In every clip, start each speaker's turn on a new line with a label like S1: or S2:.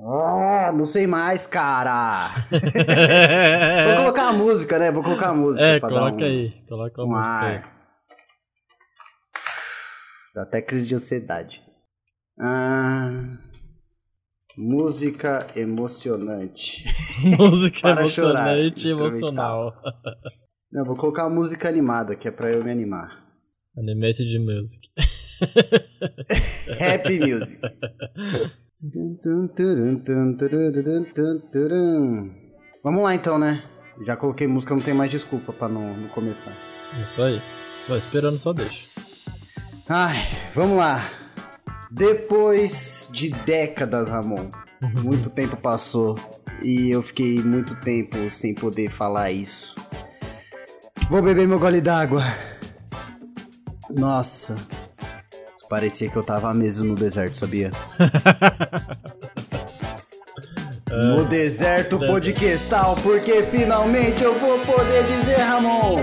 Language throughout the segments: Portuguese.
S1: Ah, não sei mais, cara. Vou colocar a música, né? Vou colocar a música.
S2: É,
S1: pra
S2: coloca
S1: dar um,
S2: aí. Coloca a
S1: um
S2: música aí.
S1: ar. Dá até crise de ansiedade. Ah, música emocionante.
S2: Música
S1: Para chorar,
S2: emocionante e
S1: instrumental.
S2: emocional.
S1: Não, vou colocar a música animada, que é pra eu me animar.
S2: Animated de music.
S1: Happy Music. Vamos lá então, né? Já coloquei música, não tem mais desculpa pra não, não começar.
S2: Isso aí. Tô esperando só deixa.
S1: Ai, vamos lá. Depois de décadas, Ramon, muito tempo passou e eu fiquei muito tempo sem poder falar isso. Vou beber meu gole d'água. Nossa, parecia que eu tava mesmo no deserto, sabia? No deserto podcastal, porque finalmente eu vou poder dizer, Ramon.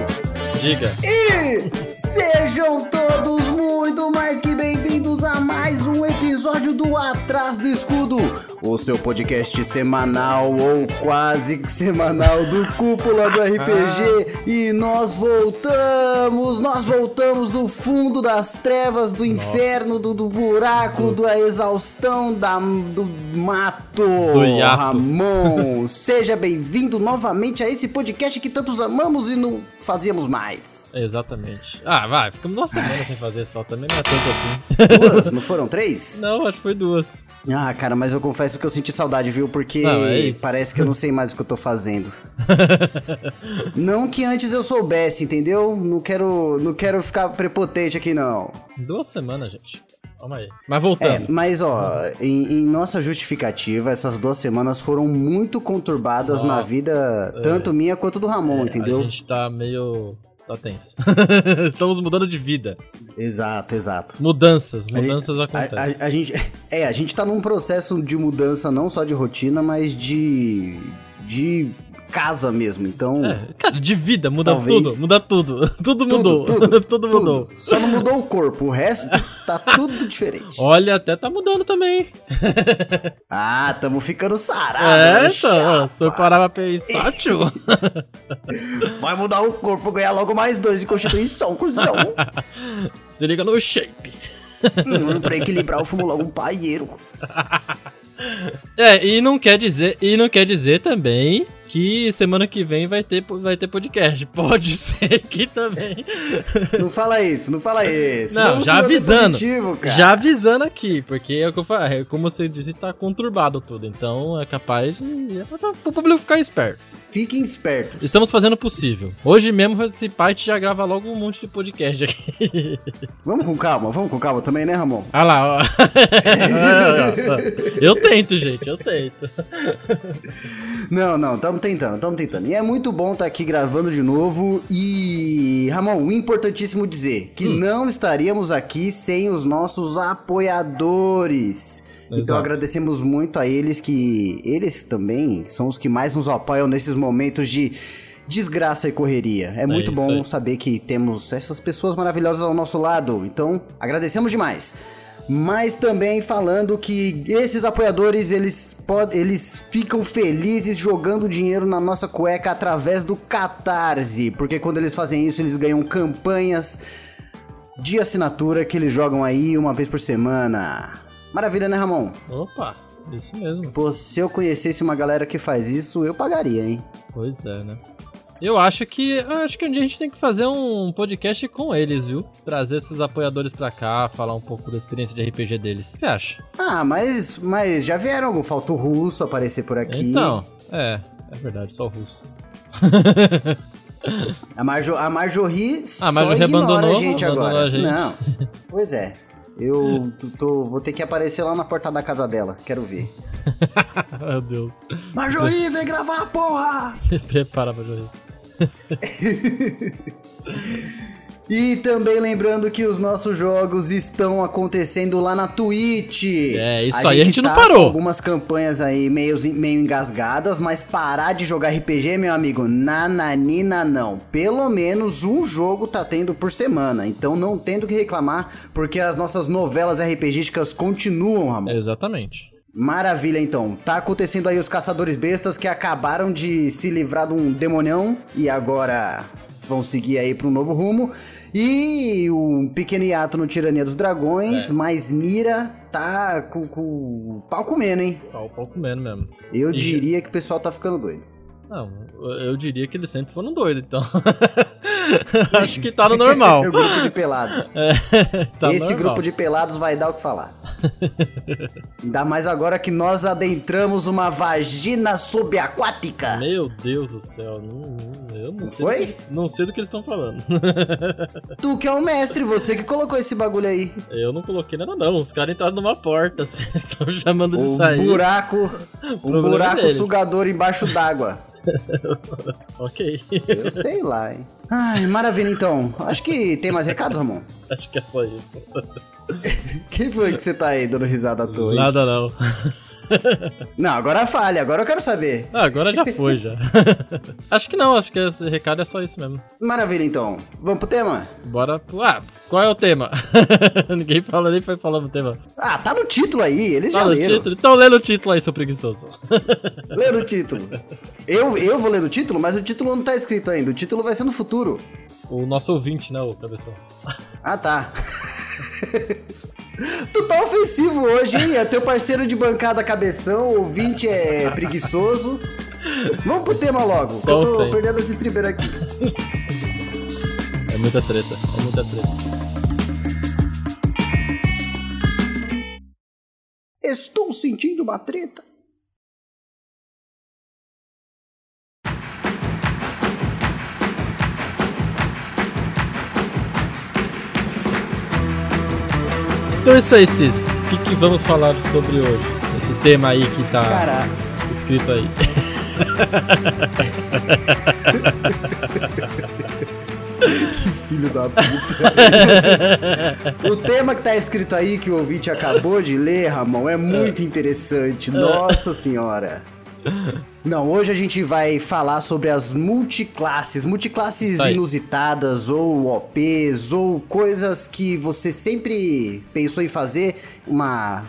S2: Diga.
S1: E sejam todos muito mais que bem-vindos a mais um episódio do Atrás do Escudo, o seu podcast semanal ou quase que semanal do Cúpula do
S2: Ah.
S1: RPG. E nós voltamos, nós voltamos do fundo das trevas, do inferno, do, do buraco, da exaustão, da, do mato.
S2: Do hiato.
S1: Ramon, seja bem-vindo novamente a esse podcast que tantos amamos e não fazíamos mais.
S2: Exatamente. Ah, vai. Ficamos uma semana sem fazer só. Também não é tanto assim.
S1: Duas, não foram três?
S2: Não, acho que foi duas.
S1: Ah, cara, mas eu confesso que eu senti saudade, viu? Porque
S2: Não, é isso.
S1: parece que eu não sei mais o que eu tô fazendo. não que antes eu soubesse, entendeu? Não quero, não quero ficar prepotente aqui, não.
S2: Duas semanas, gente. Calma aí. Mas
S1: É,
S2: voltando.
S1: mas ó, em, em nossa justificativa, essas duas semanas foram muito conturbadas na
S2: Nossa,
S1: vida,
S2: é.
S1: tanto minha quanto do Ramon, É, entendeu?
S2: A gente tá meio. Tá tenso. Estamos mudando de vida.
S1: Exato, exato.
S2: Mudanças.
S1: A gente-
S2: Mudanças
S1: a-
S2: acontecem.
S1: A, a gente, é, a gente tá num processo de mudança não só de rotina, mas de. de casa mesmo. Então.
S2: É, cara, de vida, muda
S1: Talvez.
S2: tudo, muda tudo. Tudo
S1: Tudo,
S2: mudou. Tudo,
S1: tudo,
S2: mudou.
S1: tudo. Só não mudou o corpo, o resto tá tudo diferente.
S2: Olha, até tá mudando também. hein?
S1: Ah, tamo ficando sarado.
S2: É,
S1: né,
S2: então, se
S1: chapa?
S2: eu parar pra pensar, tio.
S1: Vai mudar o corpo, ganhar logo mais dois de constituição, cuzão.
S2: Se liga no shape.
S1: hum, pra equilibrar, eu fumo logo um paieiro.
S2: É, e não quer dizer, e não quer dizer também que semana que vem vai ter, vai ter podcast. Pode ser que também.
S1: Não fala isso, não fala isso.
S2: Não,
S1: Vamos
S2: já
S1: se manter
S2: avisando.
S1: positivo, cara.
S2: Já avisando aqui, porque é o que eu falo, é, como você disse, tá conturbado tudo. Então é capaz de. É pra- pro público ficar esperto.
S1: Fiquem espertos.
S2: Estamos fazendo o possível. Hoje mesmo, esse pai já grava logo um monte de podcast aqui.
S1: Vamos com calma, vamos com calma também, né, Ramon?
S2: Ah lá, ó. eu tento, gente, eu tento.
S1: Não, não, estamos tentando, estamos tentando. E é muito bom estar aqui gravando de novo. E, Ramon, importantíssimo dizer que não estaríamos aqui sem os nossos apoiadores. Então
S2: Exato.
S1: agradecemos muito a eles que eles também são os que mais nos apoiam nesses momentos de desgraça e correria. É muito
S2: isso
S1: bom
S2: aí.
S1: saber que temos essas pessoas maravilhosas ao nosso lado. Então, agradecemos demais. Mas também falando que esses apoiadores, eles, pod- eles ficam felizes jogando dinheiro na nossa cueca através do Catarse. Porque quando eles fazem isso, eles ganham campanhas de assinatura que eles jogam aí uma vez por semana. Maravilha, né, Ramon?
S2: Opa, isso mesmo.
S1: Pô, se eu conhecesse uma galera que faz isso, eu pagaria, hein?
S2: Pois é, né? Eu acho que eu acho que um dia a gente tem que fazer um podcast com eles, viu? Trazer esses apoiadores pra cá, falar um pouco da experiência de RPG deles. O que você acha?
S1: Ah, mas, mas já vieram algum falto russo aparecer por aqui.
S2: Então, é, é verdade, só o russo.
S1: A, Marjo, a Marjorie só
S2: Ah, A Marjorie
S1: ignora
S2: abandonou,
S1: a gente
S2: abandonou
S1: agora.
S2: a gente.
S1: Não. Pois é. Eu tô, vou ter que aparecer lá na porta da casa dela. Quero ver.
S2: Meu Deus.
S1: Marjorie, vem gravar, porra!
S2: Se prepara pra jogar.
S1: E também lembrando que os nossos jogos estão acontecendo lá na Twitch. tá
S2: É, isso aí, a gente não parou.
S1: com algumas campanhas aí meio, meio engasgadas, mas parar de jogar RPG, meu amigo, nananina não. Pelo menos um jogo tá tendo por semana. Então não tendo que reclamar, porque as nossas novelas RPGísticas continuam, Ramon.
S2: É, Exatamente.
S1: Maravilha, então. Tá acontecendo aí os caçadores bestas que acabaram de se livrar de um demonião e agora vão seguir aí para um novo rumo. E um pequeno hiato no Tirania dos Dragões,
S2: É.
S1: mas Nira tá com, com o pau comendo, hein?
S2: Tá o pau comendo mesmo.
S1: Eu
S2: E-
S1: diria que o pessoal tá ficando doido.
S2: Não, eu- eu diria que eles sempre foram doidos, então. Acho que tá no normal.
S1: É o grupo de pelados.
S2: É, tá
S1: Esse
S2: normal.
S1: grupo de pelados vai dar o que falar. Ainda mais agora que nós adentramos uma vagina subaquática.
S2: Meu Deus do céu, não, não- eu não sei.
S1: Foi?
S2: do que eles- não sei do que eles estão falando.
S1: Tu que é o mestre, você que colocou esse bagulho aí.
S2: Eu não coloquei nada, não. Os caras entraram numa porta, estão chamando de
S1: Um
S2: sair.
S1: buraco, um
S2: problema
S1: buraco
S2: deles.
S1: sugador embaixo d'água.
S2: Ok,
S1: Eu sei lá, hein? Ai, maravilha então. Acho que tem mais recados, Ramon.
S2: acho que é só isso.
S1: Quem foi que você tá aí dando risada à toa? hein?
S2: Nada não.
S1: Não, agora fale, agora eu quero saber.
S2: Ah, agora já foi, já. acho que não, acho que esse recado é só isso mesmo.
S1: Maravilha então. Vamos pro tema?
S2: Bora pro. Ah, qual é o tema? Ninguém fala nem foi falando o tema.
S1: Ah, tá no título aí, eles já
S2: Fala o
S1: leram.
S2: título. Então lê no título aí, seu preguiçoso.
S1: Leram o título. Eu, eu vou ler o título, mas o título não tá escrito ainda. O título vai ser no futuro.
S2: o nosso ouvinte, né, o cabeção?
S1: Ah, tá. Tu tá ofensivo hoje, hein? É teu parceiro de bancada cabeção, ouvinte é preguiçoso. Vamos pro tema logo, que eu
S2: Só
S1: tô
S2: ofensa.
S1: perdendo esse estribeiro aqui.
S2: É muita treta, é muita treta.
S1: Estou sentindo uma treta.
S2: Então é isso aí, Cisco. O que, que vamos falar sobre hoje? Esse tema aí que tá
S1: Cara,
S2: escrito aí.
S1: que filho da puta. o tema que tá escrito aí, que o ouvinte acabou de ler, Ramon, é muito interessante. Nossa senhora. Não, hoje a gente vai falar sobre as multiclasses, multiclasses
S2: Isso aí.
S1: inusitadas ou OPs ou coisas que você sempre pensou em fazer, uma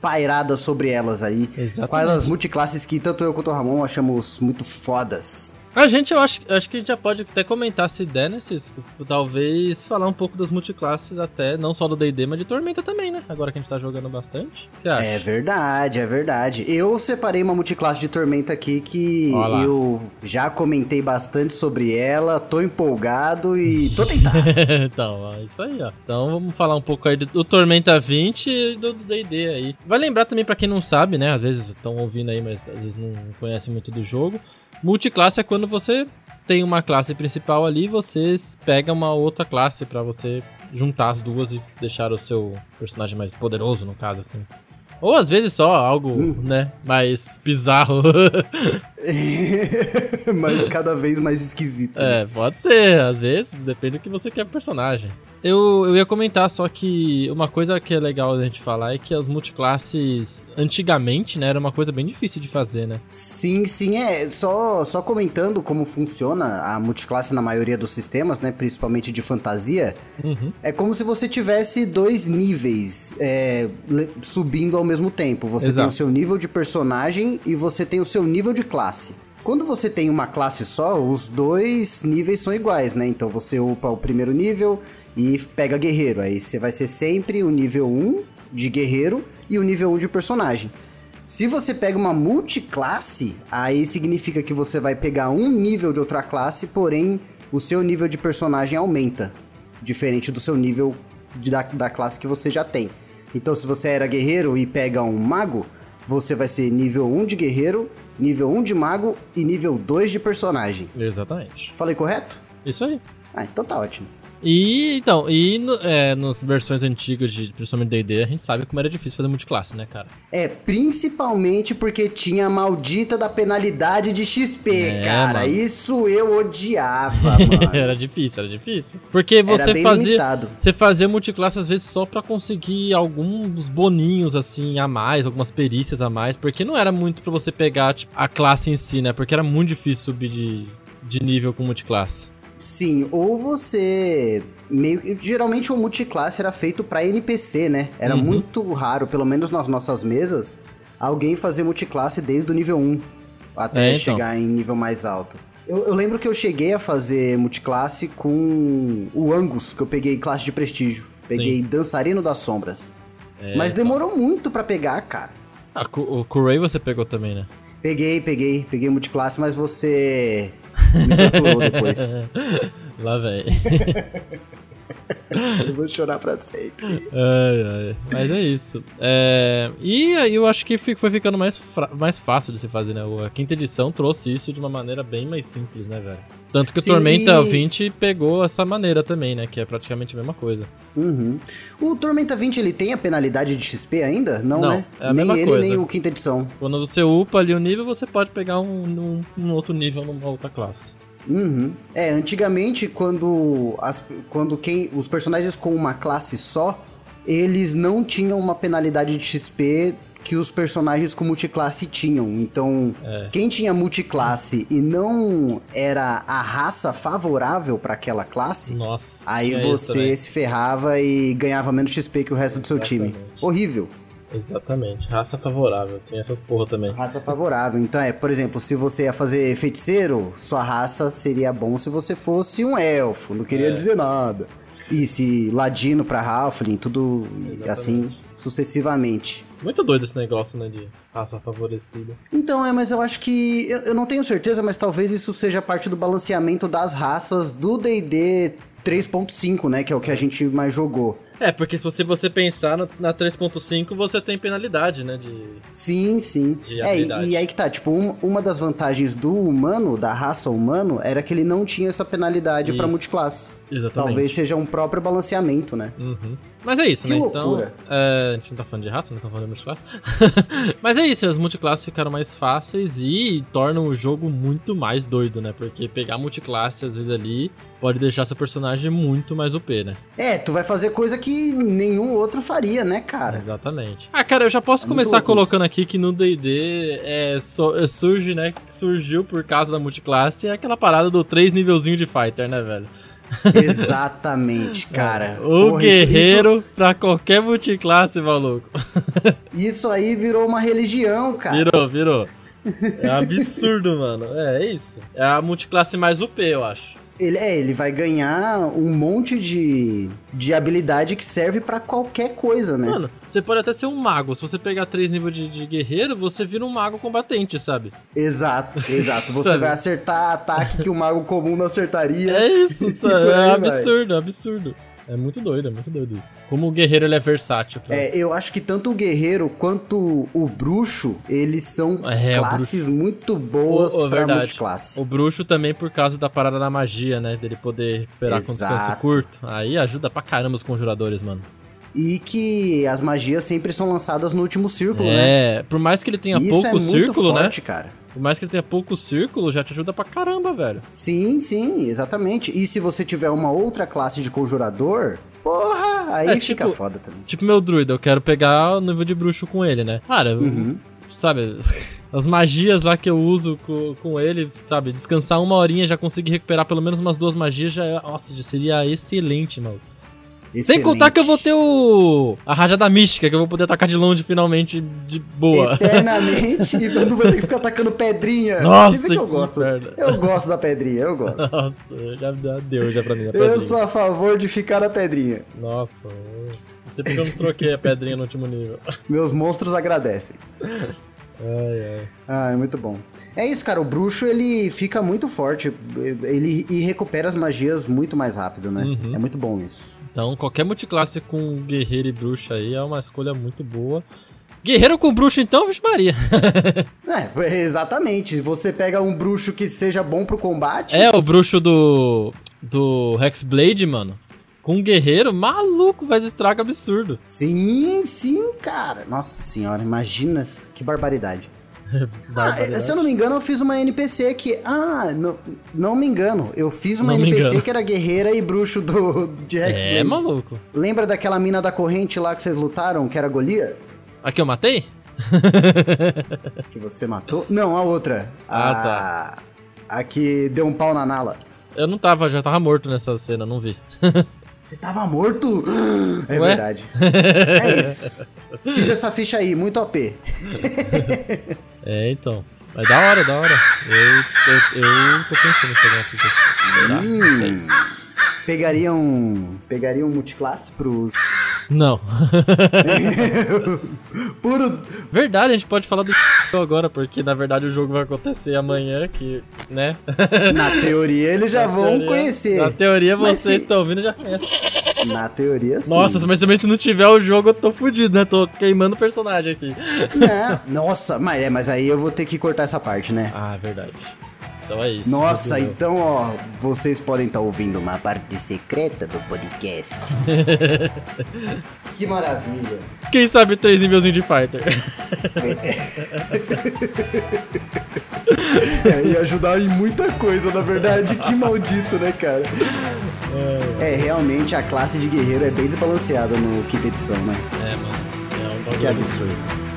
S1: pairada sobre elas aí.
S2: Exatamente.
S1: Quais as multiclasses que tanto eu quanto o Ramon achamos muito fodas.
S2: A gente, eu acho, eu acho que a gente já pode até comentar se der, né, Cisco? Talvez falar um pouco das multiclasses até, não só do D&D, mas de Tormenta também, né? Agora que a gente tá jogando bastante. O que Você acha?
S1: É verdade, é verdade. Eu separei uma multiclasse de Tormenta aqui que
S2: Ó lá.
S1: eu já comentei bastante sobre ela, tô empolgado e tô tentado.
S2: então, ó, é isso aí, ó. Então vamos falar um pouco aí do, do Tormenta 20 e do do D&D aí. Vai lembrar também pra quem não sabe, né? Às vezes estão ouvindo aí, mas às vezes não conhecem muito do jogo. Multiclasse é quando você tem uma classe principal ali, você pega uma outra classe pra você juntar as duas e deixar o seu personagem mais poderoso, no caso, assim. Ou às vezes só algo,
S1: Hum.
S2: né, mais bizarro.
S1: Mas cada vez mais esquisito. né?
S2: É, pode ser, às vezes, depende do que você quer pro personagem. Eu, eu ia comentar só que uma coisa que é legal a gente falar é que as multiclasses, antigamente, né, era uma coisa bem difícil de fazer, né?
S1: Sim, sim, é. Só, só comentando como funciona a multiclasse na maioria dos sistemas, né? Principalmente de fantasia.
S2: Uhum.
S1: É como se você tivesse dois níveis é, le- subindo ao mesmo tempo. Você tem
S2: Exato.
S1: o seu nível de personagem e você tem o seu nível de classe. Quando você tem uma classe só, os dois níveis são iguais, né? Então você upa o primeiro nível e pega guerreiro. Aí você vai ser sempre o nível 1 de guerreiro e o nível 1 de personagem. Se você pega uma multiclasse, aí significa que você vai pegar um nível de outra classe, porém o seu nível de personagem aumenta diferente do seu nível de- da, da classe que você já tem. Então, se você era guerreiro e pega um mago, você vai ser nível 1 de guerreiro, nível 1 de mago e nível 2 de personagem.
S2: Exatamente.
S1: Falei correto?
S2: Isso aí.
S1: Ah, então tá ótimo.
S2: E então, e no- é, nas versões antigas de principalmente D&D, a gente sabe como era difícil fazer multiclasse, né, cara?
S1: É, principalmente porque tinha a maldita da penalidade de XP,
S2: É,
S1: cara.
S2: mano.
S1: Isso eu odiava, mano.
S2: era difícil, era difícil. Porque
S1: Era
S2: você
S1: bem
S2: fazia
S1: limitado.
S2: Você fazia multiclasse às vezes só pra conseguir alguns boninhos assim a mais, algumas perícias a mais, porque não era muito pra você pegar tipo, a classe em si, né? Porque era muito difícil subir de, de nível com multiclasse.
S1: Sim, ou você meio que- geralmente o multiclasse era feito pra NPC, né? Era
S2: Uhum.
S1: muito raro, pelo menos nas nossas mesas, alguém fazer multiclasse desde o nível 1 até
S2: É, então.
S1: chegar em nível mais alto. Eu, eu lembro que eu cheguei a fazer multiclasse com o Angus, que eu peguei classe de prestígio. Peguei Dançarino das Sombras.
S2: É,
S1: Mas
S2: tá.
S1: demorou muito pra pegar, cara.
S2: Ah, cu- o Curry você pegou também, né?
S1: Peguei, peguei, peguei multiclasse, mas você me torturou depois.
S2: Lá, véi.
S1: Eu vou chorar pra sempre.
S2: Ai, ai. Mas é isso. É, E aí eu acho que fi- foi ficando mais, fra- mais fácil de se fazer, né? A quinta edição trouxe isso de uma maneira bem mais simples, né, velho? Tanto que o
S1: Sim,
S2: Tormenta
S1: e-
S2: 20 pegou essa maneira também, né? Que é praticamente a mesma coisa.
S1: Uhum. O Tormenta 20 ele tem a penalidade de XP ainda? Não,
S2: Não,
S1: né?
S2: é a
S1: nem
S2: mesma
S1: ele,
S2: coisa.
S1: nem o quinta edição.
S2: Quando você upa ali o nível, você pode pegar um, um- um outro nível numa outra classe.
S1: Uhum. É, antigamente, quando, as, quando quem, os personagens com uma classe só, eles não tinham uma penalidade de XP que os personagens com multiclasse tinham. Então,
S2: É.
S1: quem tinha multiclasse e não era a raça favorável para aquela classe,
S2: Nossa.
S1: aí
S2: é isso
S1: você
S2: também.
S1: se ferrava e ganhava menos XP que o resto do seu time.
S2: Exatamente.
S1: Horrível.
S2: Exatamente. Raça favorável. Tem essas porra também.
S1: Raça favorável. Então é, por exemplo, se você ia fazer feiticeiro, sua raça seria bom se você fosse um elfo. Não queria
S2: É.
S1: dizer nada. E se ladino pra halfling, tudo
S2: Exatamente.
S1: assim sucessivamente.
S2: Muito doido esse negócio, né? De raça favorecida.
S1: Então é, mas eu acho que eu, eu não tenho certeza, mas talvez isso seja parte do balanceamento das raças do D&D 3.5, né, que é o que a gente mais jogou.
S2: É, porque se você, você pensar na, na 3.5, você tem penalidade, né? De.
S1: Sim, sim.
S2: De
S1: é,
S2: habilidade.
S1: e, e aí que tá, tipo, um- uma das vantagens do humano, da raça humano, era que ele não tinha essa penalidade pra
S2: Isso.
S1: multiclasse.
S2: Exatamente.
S1: Talvez seja um próprio balanceamento, né?
S2: Uhum. Mas é isso,
S1: Que
S2: né?
S1: loucura.
S2: Então. é, a gente não tá falando de raça, não tá falando de multiclasse. Mas é isso, as multiclasses ficaram mais fáceis e tornam o jogo muito mais doido, né? Porque pegar multiclasse, às vezes, ali, pode deixar seu personagem muito mais OP, né?
S1: É, tu vai fazer coisa que nenhum outro faria, né, cara?
S2: Exatamente. Ah, cara, eu já posso
S1: É muito
S2: começar
S1: louco
S2: colocando aqui que no D&D é, so- é, surge, né? Surgiu por causa da multiclasse é aquela parada do três nivelzinho de fighter, né, velho?
S1: Exatamente, cara. É.
S2: É. o
S1: Porra, isso-
S2: guerreiro pra qualquer multiclasse, maluco.
S1: Isso, isso aí virou uma religião, cara.
S2: Virou, virou. É um absurdo, mano. É, é isso. É a multiclasse mais UP, eu acho.
S1: Ele, é, ele vai ganhar um monte de, de habilidade que serve pra qualquer coisa, né?
S2: Mano, você pode até ser um mago. Se você pegar três níveis de, de guerreiro, você vira um mago combatente, sabe?
S1: Exato, exato. Você
S2: Sabe?
S1: vai acertar ataque que o mago comum não acertaria.
S2: É isso, sabe?
S1: por
S2: É
S1: aí
S2: um
S1: vai.
S2: absurdo, é um absurdo. É muito doido, é muito doido isso. Como o guerreiro ele é versátil. Pra...
S1: É, eu acho que tanto o guerreiro quanto o bruxo, eles são
S2: É, o
S1: classes muito boas
S2: Ô, ô,
S1: pra
S2: verdade.
S1: multiclasse.
S2: O bruxo também por causa da parada da magia, né? Dele poder recuperar com descanso
S1: Exato.
S2: curto. Aí ajuda pra caramba os conjuradores, mano.
S1: E que as magias sempre são lançadas no último círculo, né?
S2: É, por mais que ele tenha
S1: Isso é
S2: pouco
S1: muito
S2: círculo, né?
S1: forte, cara.
S2: Por mais que ele tenha pouco círculo, já te ajuda pra caramba, velho.
S1: Sim, sim, exatamente. E se você tiver uma outra classe de conjurador, porra, aí
S2: É,
S1: fica
S2: tipo-
S1: foda também.
S2: Tipo meu druida, eu quero pegar o nível de bruxo com ele, né? Cara, eu-
S1: Uhum.
S2: sabe, as magias lá que eu uso co- com, ele, sabe, descansar uma horinha, já conseguir recuperar pelo menos umas duas magias, já, é- nossa, já seria excelente, mano. Sem
S1: Excelente.
S2: contar que eu vou ter o a rajada mística, que eu vou poder atacar de longe finalmente de boa.
S1: Eternamente, e eu não vou ter que ficar atacando pedrinha.
S2: Nossa,
S1: Você vê que eu
S2: que
S1: gosto.
S2: inferno.
S1: Eu gosto da pedrinha, eu gosto.
S2: Nossa, já já deu já pra mim. já pra
S1: Eu
S2: mim.
S1: sou a favor de ficar na pedrinha.
S2: Nossa, você porque eu não troquei a pedrinha no último nível.
S1: Meus monstros agradecem. Ah, é muito bom. É isso, cara. O bruxo ele fica muito forte. Ele e recupera as magias muito mais rápido, né?
S2: Uhum.
S1: É muito bom isso.
S2: Então, qualquer multiclasse com guerreiro e bruxa aí é uma escolha muito boa. Guerreiro com bruxo, então, vixe Maria.
S1: É, exatamente. Você pega um bruxo que seja bom pro combate.
S2: É o bruxo do. do Hexblade, mano. com um guerreiro, maluco, faz estrago absurdo.
S1: Sim, sim, cara. Nossa senhora, imagina que barbaridade.
S2: Barbaridade.
S1: Ah, se eu não me engano, eu fiz uma NPC que. Ah, não, não me engano. Eu fiz uma
S2: Não me
S1: NPC
S2: engano.
S1: que era guerreira e bruxo do, de Hexblade.
S2: é, maluco.
S1: Lembra daquela mina da corrente lá que vocês lutaram, que era Golias?
S2: Aqui eu matei?
S1: Que você matou? Não, a outra.
S2: Ah,
S1: tá. A que deu um pau na Nala.
S2: Eu não tava, já tava morto nessa cena, não vi.
S1: Você tava morto? É
S2: Ué?
S1: verdade. É isso. Fiz essa ficha aí, muito OP.
S2: É, então. Mas da hora, da hora. Eu, eu, eu tô pensando em fazer uma ficha assim. Será? Não sei.
S1: Hum. Pegaria um. Pegaria um multiclasse pro.
S2: Não.
S1: Puro.
S2: Verdade, a gente pode falar do agora, porque na verdade o jogo vai acontecer amanhã, que, né?
S1: Na teoria eles já vão
S2: Teoria-
S1: conhecer.
S2: Na teoria
S1: Mas
S2: vocês
S1: se-
S2: estão ouvindo e já conhecem.
S1: Na teoria sim.
S2: Nossa, mas também se não tiver o jogo eu tô fudido, né? Tô queimando o personagem aqui.
S1: Né? Nossa, mas, é, mas aí eu vou ter que cortar essa parte, né?
S2: Ah, verdade. Então é isso.
S1: Nossa,
S2: entendeu?
S1: então, ó, vocês podem estar ouvindo uma parte secreta do podcast. que maravilha.
S2: Quem sabe três nívelzinhos de fighter?
S1: É, ia ajudar em muita coisa, na verdade. Que maldito, né, cara? É, realmente a classe de guerreiro é bem desbalanceada no quinta edição, né?
S2: É, mano. É um
S1: Que
S2: bagulho.
S1: absurdo.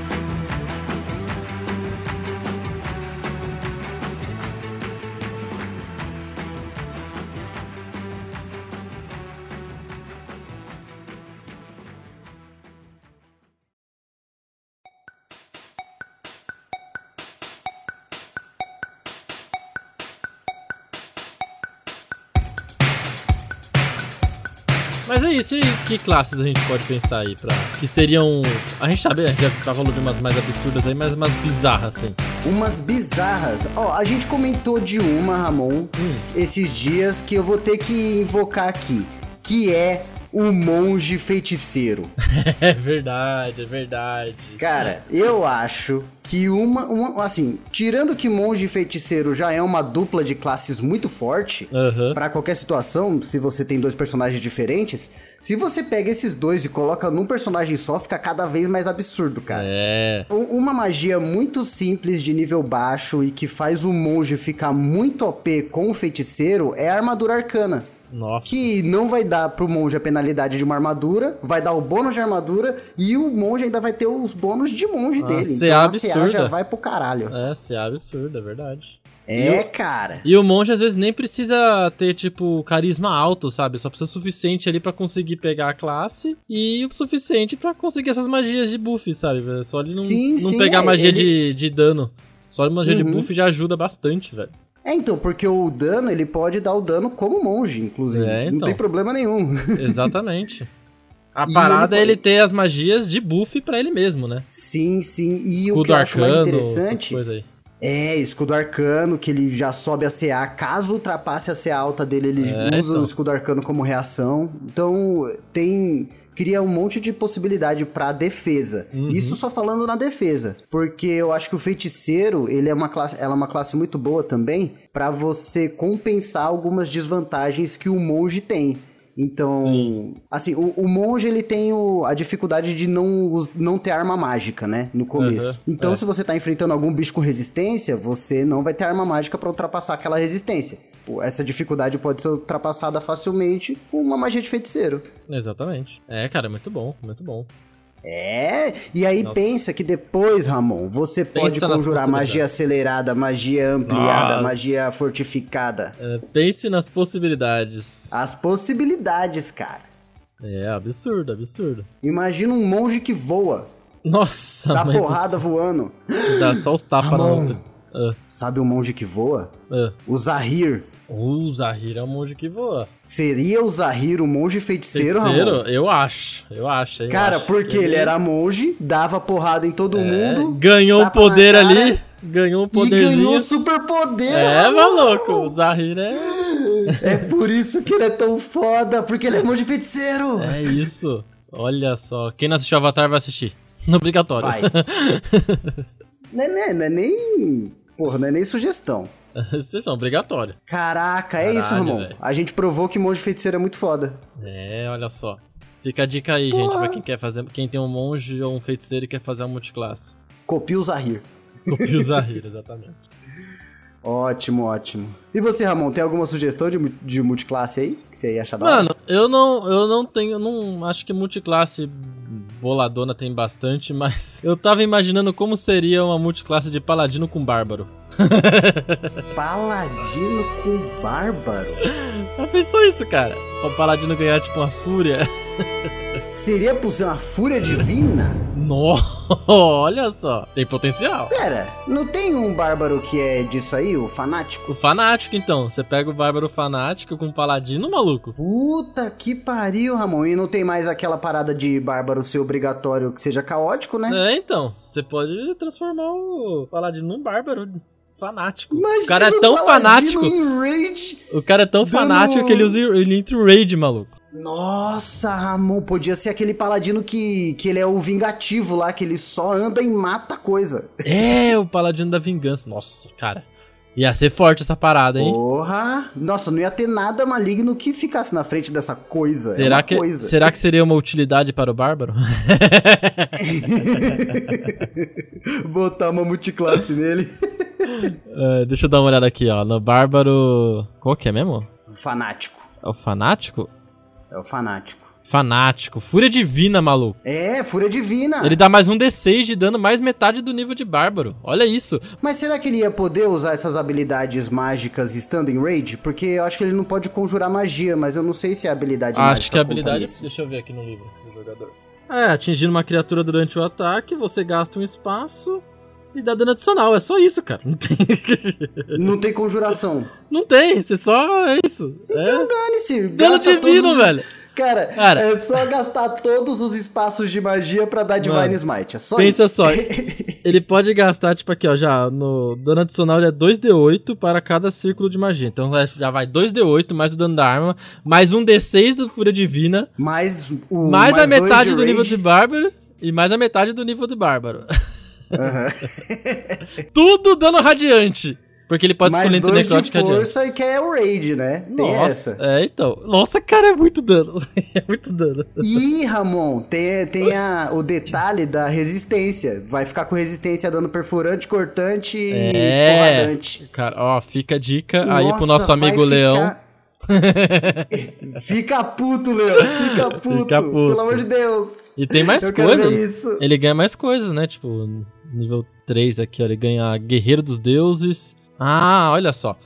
S2: Mas é isso, e que classes a gente pode pensar aí pra. Que seriam. A gente sabe, a gente já tá falando de umas mais absurdas aí, mas umas bizarras, assim.
S1: Umas bizarras. Ó, a gente comentou de uma, Ramon,
S2: Hum.
S1: esses dias que eu vou ter que invocar aqui, que é o monge feiticeiro.
S2: É verdade, é verdade.
S1: Cara, eu acho que uma, uma- Assim, tirando que monge e feiticeiro já é uma dupla de classes muito forte.
S2: Aham.
S1: Pra qualquer situação, se você tem dois personagens diferentes, se você pega esses dois e coloca num personagem só, fica cada vez mais absurdo, cara.
S2: É.
S1: Um- Uma magia muito simples de nível baixo e que faz o monge ficar muito OP com o feiticeiro é a armadura arcana.
S2: Nossa.
S1: Que não vai dar pro monge a penalidade de uma armadura, vai dar o bônus de armadura e o monge ainda vai ter os bônus de monge
S2: Ah,
S1: dele. Então,
S2: CA
S1: a
S2: absurda.
S1: já vai pro caralho.
S2: É, se é absurdo, é verdade.
S1: É, cara.
S2: E o monge às vezes nem precisa ter, tipo, carisma alto, sabe? Só precisa o suficiente ali pra conseguir pegar a classe e o suficiente pra conseguir essas magias de buff, sabe? velho? Só ele não,
S1: Sim,
S2: não
S1: sim,
S2: pegar
S1: é,
S2: magia
S1: ele-
S2: de, de dano. Só magia de
S1: Uhum.
S2: buff já ajuda bastante, velho.
S1: É, então, porque o dano, ele pode dar o dano como monge, inclusive.
S2: É,
S1: Não
S2: então.
S1: tem problema nenhum.
S2: Exatamente. A
S1: E
S2: parada é
S1: ele
S2: ele ter as magias de buff pra ele mesmo, né?
S1: sim, sim. E o que
S2: Escudo
S1: eu acho mais
S2: arcano, essas
S1: interessante...
S2: coisas aí.
S1: É, escudo arcano, que ele já sobe a CA. Caso ultrapasse a CA alta dele, ele
S2: É,
S1: usa
S2: então.
S1: o escudo arcano como reação. Então, tem. Cria um monte de possibilidade pra defesa.
S2: Uhum.
S1: Isso só falando na defesa. Porque eu acho que o feiticeiro, ele é uma classe, ela é uma classe muito boa também pra você compensar algumas desvantagens que o monge tem. Então, assim, o, o monge ele tem o- a dificuldade de não, us- não ter arma mágica, né? No começo.
S2: Aham,
S1: Então,
S2: é.
S1: se você tá enfrentando algum bicho com resistência, você não vai ter arma mágica pra ultrapassar aquela resistência. Pô, Essa dificuldade pode ser ultrapassada facilmente com uma magia de feiticeiro.
S2: Exatamente. É, cara, é muito bom, muito bom.
S1: É, e aí
S2: Nossa.
S1: pensa que depois, Ramon, você pode
S2: Pensa nas
S1: conjurar magia
S2: possibilidades.
S1: acelerada, magia ampliada,
S2: Nossa.
S1: magia fortificada.
S2: É, pense nas possibilidades.
S1: As possibilidades, cara.
S2: É, absurdo, absurdo.
S1: Imagina um monge que voa,
S2: Nossa,
S1: dá
S2: mas do
S1: porrada voando.
S2: Dá só os tapas na
S1: Ramon.
S2: outra. Ah,
S1: Sabe o monge que voa?
S2: ah.
S1: O Zahir.
S2: O Zahir é um monge que voa.
S1: Seria o Zahir o monge feiticeiro, Ramon?
S2: Eu acho, eu acho. eu
S1: Cara,
S2: acho.
S1: porque ele era monge, dava porrada em todo
S2: É,
S1: mundo.
S2: Ganhou o
S1: tapa na
S2: poder
S1: cara
S2: ali, ganhou um
S1: E ganhou
S2: poderzinho.
S1: superpoder.
S2: É,
S1: Ramon.
S2: maluco, o Zahir é...
S1: É por isso que ele é tão foda, porque ele é monge feiticeiro.
S2: É isso. Olha só, quem não assistiu Avatar vai assistir. No obrigatório.
S1: Vai. não, é, não é- não é nem. Porra, não é nem sugestão.
S2: Sessão obrigatória.
S1: Caraca, é isso,
S2: Caralho,
S1: Ramon.
S2: velho.
S1: A gente provou que monge feiticeiro é muito foda.
S2: É, olha só. Fica a dica aí, gente, pra quem quer fazer. Quem tem um monge ou um feiticeiro e quer fazer uma multiclasse.
S1: Copia o Zahir.
S2: Copia o Zahir, exatamente.
S1: Ótimo, ótimo. E você, Ramon, tem alguma sugestão de, mu- de multiclasse aí? Que você ia achar da hora?
S2: Mano, eu não, eu não tenho. eu Não, acho que multiclasse boladona tem bastante, mas eu tava imaginando como seria uma multiclasse de paladino com bárbaro.
S1: Paladino com bárbaro?
S2: Já pensou isso, cara? O paladino ganhar tipo umas fúrias.
S1: Seria por ser uma fúria divina?
S2: Nossa, olha só. Tem potencial.
S1: Pera, não tem um bárbaro que é disso aí, o fanático?
S2: O fanático, então. Você pega o bárbaro fanático com o paladino, maluco.
S1: Puta que pariu, Ramon. E não tem mais aquela parada de bárbaro ser obrigatório que seja caótico, né?
S2: É, então. Você pode transformar o paladino num bárbaro fanático.
S1: Imagina um
S2: o cara é tão
S1: Paladino
S2: fanático.
S1: Em rage.
S2: O cara é tão
S1: dando-
S2: fanático que ele, usa, ele entra em raid, maluco.
S1: Nossa, Ramon, podia ser aquele paladino que, que ele é o vingativo lá, que ele só anda e mata coisa.
S2: É, o paladino da vingança. Nossa, cara. Ia ser forte essa parada, hein?
S1: Porra! Nossa, não ia ter nada maligno que ficasse na frente dessa coisa. é
S2: será,
S1: uma
S2: que,
S1: coisa.
S2: será que seria uma utilidade para o bárbaro?
S1: Botar uma multiclasse nele.
S2: É, deixa eu dar uma olhada aqui, ó. No bárbaro. Qual que é mesmo?
S1: Fanático.
S2: É o fanático?
S1: É o fanático.
S2: Fanático. Fúria divina, maluco.
S1: É, fúria divina.
S2: Ele dá mais um D6 de dano, mais metade do nível de bárbaro. Olha isso.
S1: Mas será que ele ia poder usar essas habilidades mágicas estando em raid? Porque eu acho que ele não pode conjurar magia, mas eu não sei se a habilidade mágica
S2: Acho que a
S1: conta
S2: habilidade.
S1: nisso.
S2: Deixa eu ver aqui no livro do jogador. É, atingindo uma criatura durante o ataque, você gasta um espaço e dá dano adicional. É só isso, cara. Não tem.
S1: Não tem conjuração. Então
S2: Não tem. Você só. É isso. É
S1: Dane-se.
S2: dano
S1: gasta
S2: divino,
S1: todos os-
S2: velho.
S1: Cara,
S2: Cara.
S1: é só gastar todos os espaços de magia pra dar Divine
S2: Mano,
S1: Smite. É só
S2: Pensa
S1: isso.
S2: só. Ele pode gastar, tipo aqui, ó, já no dano adicional ele é 2d8 para cada círculo de magia. Então vai- já vai 2d8 mais o dano da arma, mais um d6 do Fúria Divina,
S1: Uh, Mais, o,
S2: mais, a
S1: dois de
S2: metade do
S1: raid.
S2: nível de Bárbaro e mais a metade do nível de Bárbaro. Tudo dano radiante. Porque ele pode
S1: mais
S2: escolher entre
S1: dois
S2: necrótico
S1: de
S2: e radiante.
S1: força e que é o raid, né? Tem
S2: Nossa,
S1: essa.
S2: é então. Nossa, cara, é muito dano. É muito dano.
S1: E, Ramon, tem, tem a- o detalhe da resistência. Vai ficar com resistência dando perfurante, cortante e
S2: É.
S1: porradante.
S2: Cara, ó, fica a dica aí
S1: Nossa,
S2: pro nosso amigo
S1: vai
S2: Leão.
S1: ficar- Fica puto, Leão. Fica puto.
S2: Fica puto.
S1: Pelo amor de Deus.
S2: E tem mais
S1: Eu quero
S2: coisas.
S1: ver isso.
S2: Ele ganha mais coisas, né? Tipo, nível 3 aqui, ó. Ele ganha Guerreiro dos Deuses. Ah, olha só.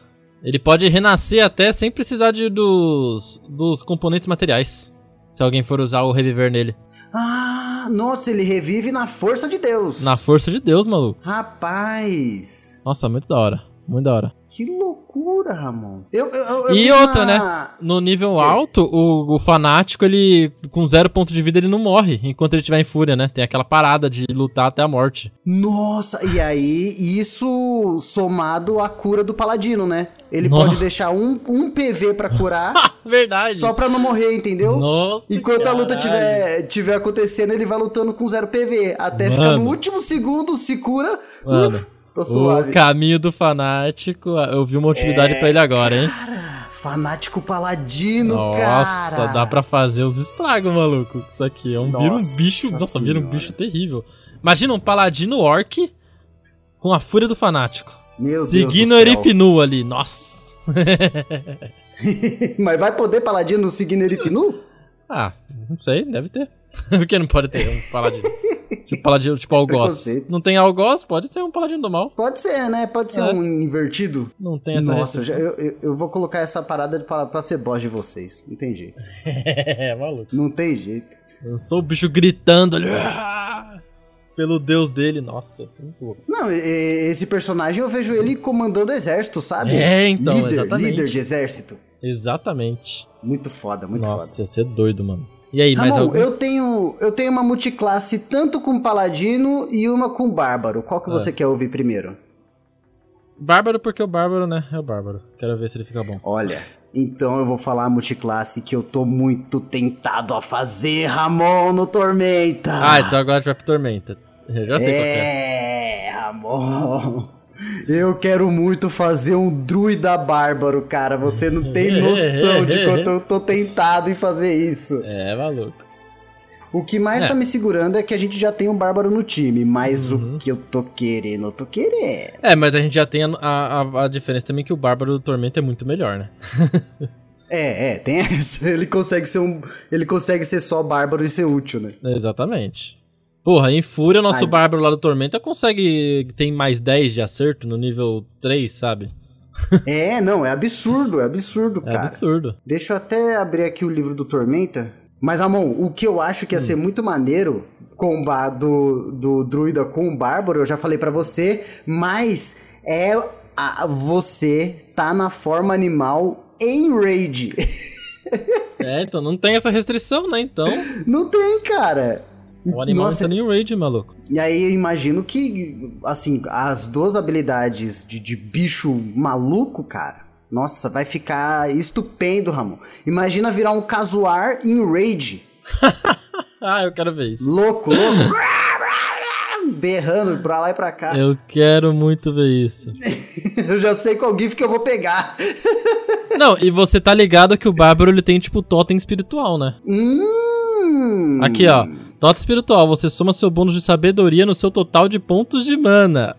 S2: Ele pode renascer até sem precisar de, dos, dos componentes materiais. Se alguém for usar o reviver nele.
S1: Ah, nossa, ele revive na força de Deus.
S2: Na força de Deus, maluco.
S1: Rapaz.
S2: Nossa, muito da hora. Muito da hora.
S1: Que loucura, Ramon. Eu, eu- eu- eu
S2: E
S1: tenho
S2: outra, né?
S1: uma-
S2: No nível alto, o, o fanático, ele com zero ponto de vida, ele não morre enquanto ele estiver em fúria, né? Tem aquela parada de lutar até a morte.
S1: Nossa, e aí isso somado à cura do paladino, né? Ele
S2: Nossa.
S1: pode deixar um, um PV pra curar,
S2: Verdade.
S1: só pra não morrer, entendeu?
S2: Nossa,
S1: Enquanto a luta
S2: caralho.
S1: tiver, tiver acontecendo, ele vai lutando com zero PV. Até ficar
S2: Mano.
S1: no último segundo, se cura.
S2: Mano.
S1: Uf, tô
S2: O
S1: suave. É.
S2: caminho do fanático, ah, eu vi uma utilidade pra ele agora, hein?
S1: Fanático paladino,
S2: Nossa,
S1: cara.
S2: dá pra fazer os estragos, maluco. Isso aqui é um vira um
S1: Nossa
S2: bicho, nossa, vira um
S1: Senhora.
S2: bicho terrível. Imagina um paladino orc com a fúria do fanático,
S1: Meu Deus
S2: seguindo
S1: do céu.
S2: o Erifinu ali. Nossa.
S1: Mas vai poder paladino seguindo Erifinu?
S2: Ah, não sei, deve ter. Porque não pode ter um paladino. tipo paladino, tipo algoz.
S1: Preconceito.
S2: Não tem algoz, pode ter um paladino do mal.
S1: Pode ser, né? Pode ser
S2: É.
S1: um invertido.
S2: Não tem essa
S1: Nossa, eu, já- eu, eu- eu vou colocar essa parada pra, pra ser boss de vocês. Não tem jeito.
S2: É, maluco.
S1: Não tem jeito.
S2: Lançou o bicho gritando ali. "Ah!" Pelo deus dele, nossa, assim, muito louco.
S1: Não, e- e- esse personagem eu vejo ele comandando exército, sabe?
S2: É, então,
S1: líder,
S2: exatamente.
S1: líder de exército.
S2: Exatamente.
S1: Muito foda, muito
S2: Nossa,
S1: foda.
S2: ia ser doido, mano. E aí, mais
S1: Ramon,
S2: algum?
S1: eu tenho eu tenho uma multiclasse tanto com paladino e uma com bárbaro. Qual que
S2: Ah.
S1: você quer ouvir primeiro?
S2: Bárbaro, porque o Bárbaro, né? É o Bárbaro. Quero ver se ele fica bom.
S1: Olha, então eu vou falar a multiclasse que eu tô muito tentado a fazer, Ramon, no Tormenta.
S2: então Ah, então agora a gente vai pro Tormenta. Eu já sei qual que é.
S1: É, Ramon. É, Eu quero muito fazer um druida bárbaro, cara. Você não tem noção de quanto eu tô tentado em fazer isso.
S2: É, maluco.
S1: O que mais
S2: É.
S1: tá me segurando é que a gente já tem um bárbaro no time, mas
S2: Uhum.
S1: o que eu tô querendo, eu tô querendo.
S2: É, mas a gente já tem a, a- a diferença também que o Bárbaro do Tormento é muito melhor, né?
S1: É, é, tem essa. Ele consegue ser um, ele consegue ser só bárbaro e ser útil, né?
S2: Exatamente. Porra, em Fúria, o nosso
S1: Ai.
S2: Bárbaro lá do Tormenta consegue. tem mais 10 de acerto no nível 3, sabe?
S1: É, não, é absurdo, é absurdo,
S2: É
S1: cara.
S2: absurdo.
S1: Deixa eu até abrir aqui o livro do Tormenta. Mas, Amon, o que eu acho que ia ser muito maneiro combar do, do druida com o bárbaro, eu já falei pra você, mas é a- você tá na forma animal em raid.
S2: É, então não tem essa restrição, né? Então,
S1: Não tem, cara.
S2: o animal
S1: Nossa,
S2: não tá nem raid, maluco.
S1: E aí eu imagino que, assim, as duas habilidades de, de bicho maluco, cara, nossa, vai ficar estupendo, Ramon. Imagina virar um casuar em raid.
S2: Ah, eu quero ver isso.
S1: Louco, louco. Berrando pra lá e pra cá.
S2: Eu quero muito ver isso.
S1: Eu já sei qual GIF que eu vou pegar.
S2: Não, e você tá ligado que o Bárbaro ele tem tipo totem espiritual, né?
S1: Hum.
S2: Aqui, ó. Totem espiritual, você soma seu bônus de sabedoria no seu total de pontos de mana.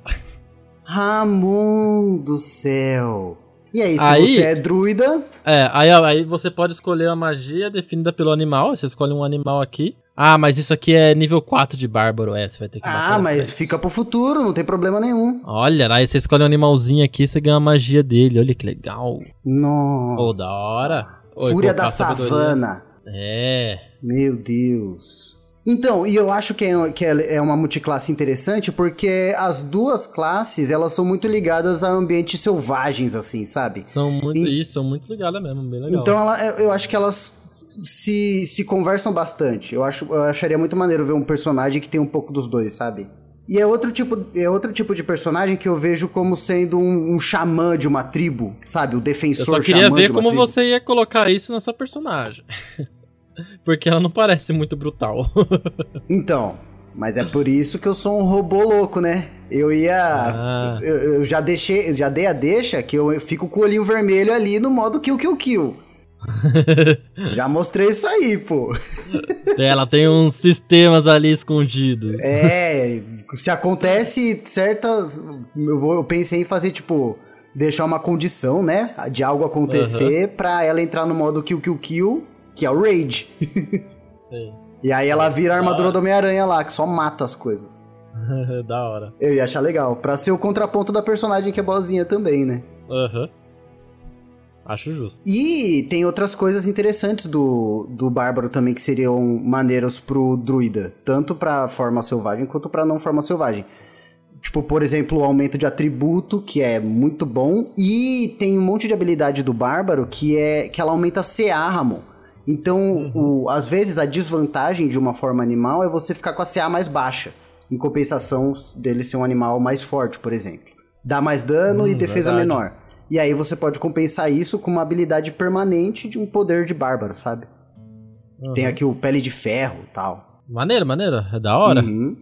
S1: Ramon do céu. E aí, se
S2: Aí-
S1: você é druida,
S2: É, aí, ó, aí você pode escolher a magia definida pelo animal. Você escolhe um animal aqui. Ah, mas isso aqui é nível 4 de Bárbaro. É, você vai ter que matar
S1: ah,
S2: na
S1: mas
S2: frente.
S1: fica pro futuro, não tem problema nenhum.
S2: Olha, aí você escolhe um animalzinho aqui você ganha a magia dele. Olha que legal.
S1: Nossa.
S2: Ô, da hora. Ô, e
S1: Fúria
S2: colocar
S1: da
S2: a sabedoria.
S1: savana.
S2: É.
S1: Meu Deus. Então, e eu acho que é, que é é uma multiclasse interessante porque as duas classes, elas são muito ligadas a ambientes selvagens, assim, sabe?
S2: São muito.
S1: E-
S2: Isso, são muito ligadas mesmo. Bem legal.
S1: Então, ela- eu- eu acho que elas se, se conversam bastante. Eu, acho, eu acharia muito maneiro ver um personagem que tem um pouco dos dois, sabe? E é outro tipo, é outro tipo de personagem que eu vejo como sendo um, um xamã de uma tribo, sabe? O
S2: Eu
S1: defensor
S2: só queria
S1: xamã de
S2: ver
S1: uma
S2: como
S1: tribo.
S2: você ia colocar isso na sua personagem. Porque ela não parece muito brutal.
S1: Então, mas é por isso que eu sou um robô louco, né? Eu ia.
S2: Ah,
S1: Eu, eu já deixei, eu já dei a deixa que eu, eu fico com o olhinho vermelho ali no modo kill kill kill. já mostrei isso aí, pô.
S2: é, ela tem uns sistemas ali escondidos.
S1: É, se acontece certas. Eu, vou, eu pensei em fazer, tipo, deixar uma condição, né? De algo acontecer pra ela entrar no modo kill kill kill, que é o Raid.
S2: Sei.
S1: E aí ela vira a armadura
S2: Ah.
S1: do Homem-Aranha lá, que só mata as coisas.
S2: da hora.
S1: Eu ia achar legal. Pra ser o contraponto da personagem que é boazinha também, né?
S2: Aham. Acho justo.
S1: E tem outras coisas interessantes do, do Bárbaro também que seriam maneiras pro druida. Tanto pra forma selvagem quanto pra não forma selvagem. Tipo, por exemplo, o aumento de atributo, que é muito bom. E tem um monte de habilidade do Bárbaro que é que ela aumenta CA, Ramon. Então, o- às vezes, a desvantagem de uma forma animal é você ficar com a CA mais baixa. Em compensação dele ser um animal mais forte, por exemplo. Dá mais dano
S2: Hum,
S1: e defesa
S2: verdade.
S1: menor. E aí você pode compensar isso com uma habilidade permanente de um poder de bárbaro, sabe?
S2: Uhum.
S1: Tem aqui o pele de ferro e tal.
S2: Maneiro, maneiro. É da hora.
S1: Uhum.